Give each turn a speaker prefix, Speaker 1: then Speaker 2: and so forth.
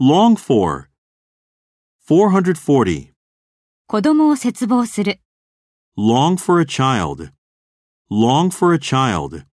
Speaker 1: Long for. 440.
Speaker 2: 子供を絶望する。
Speaker 1: Long for a child. Long for a child.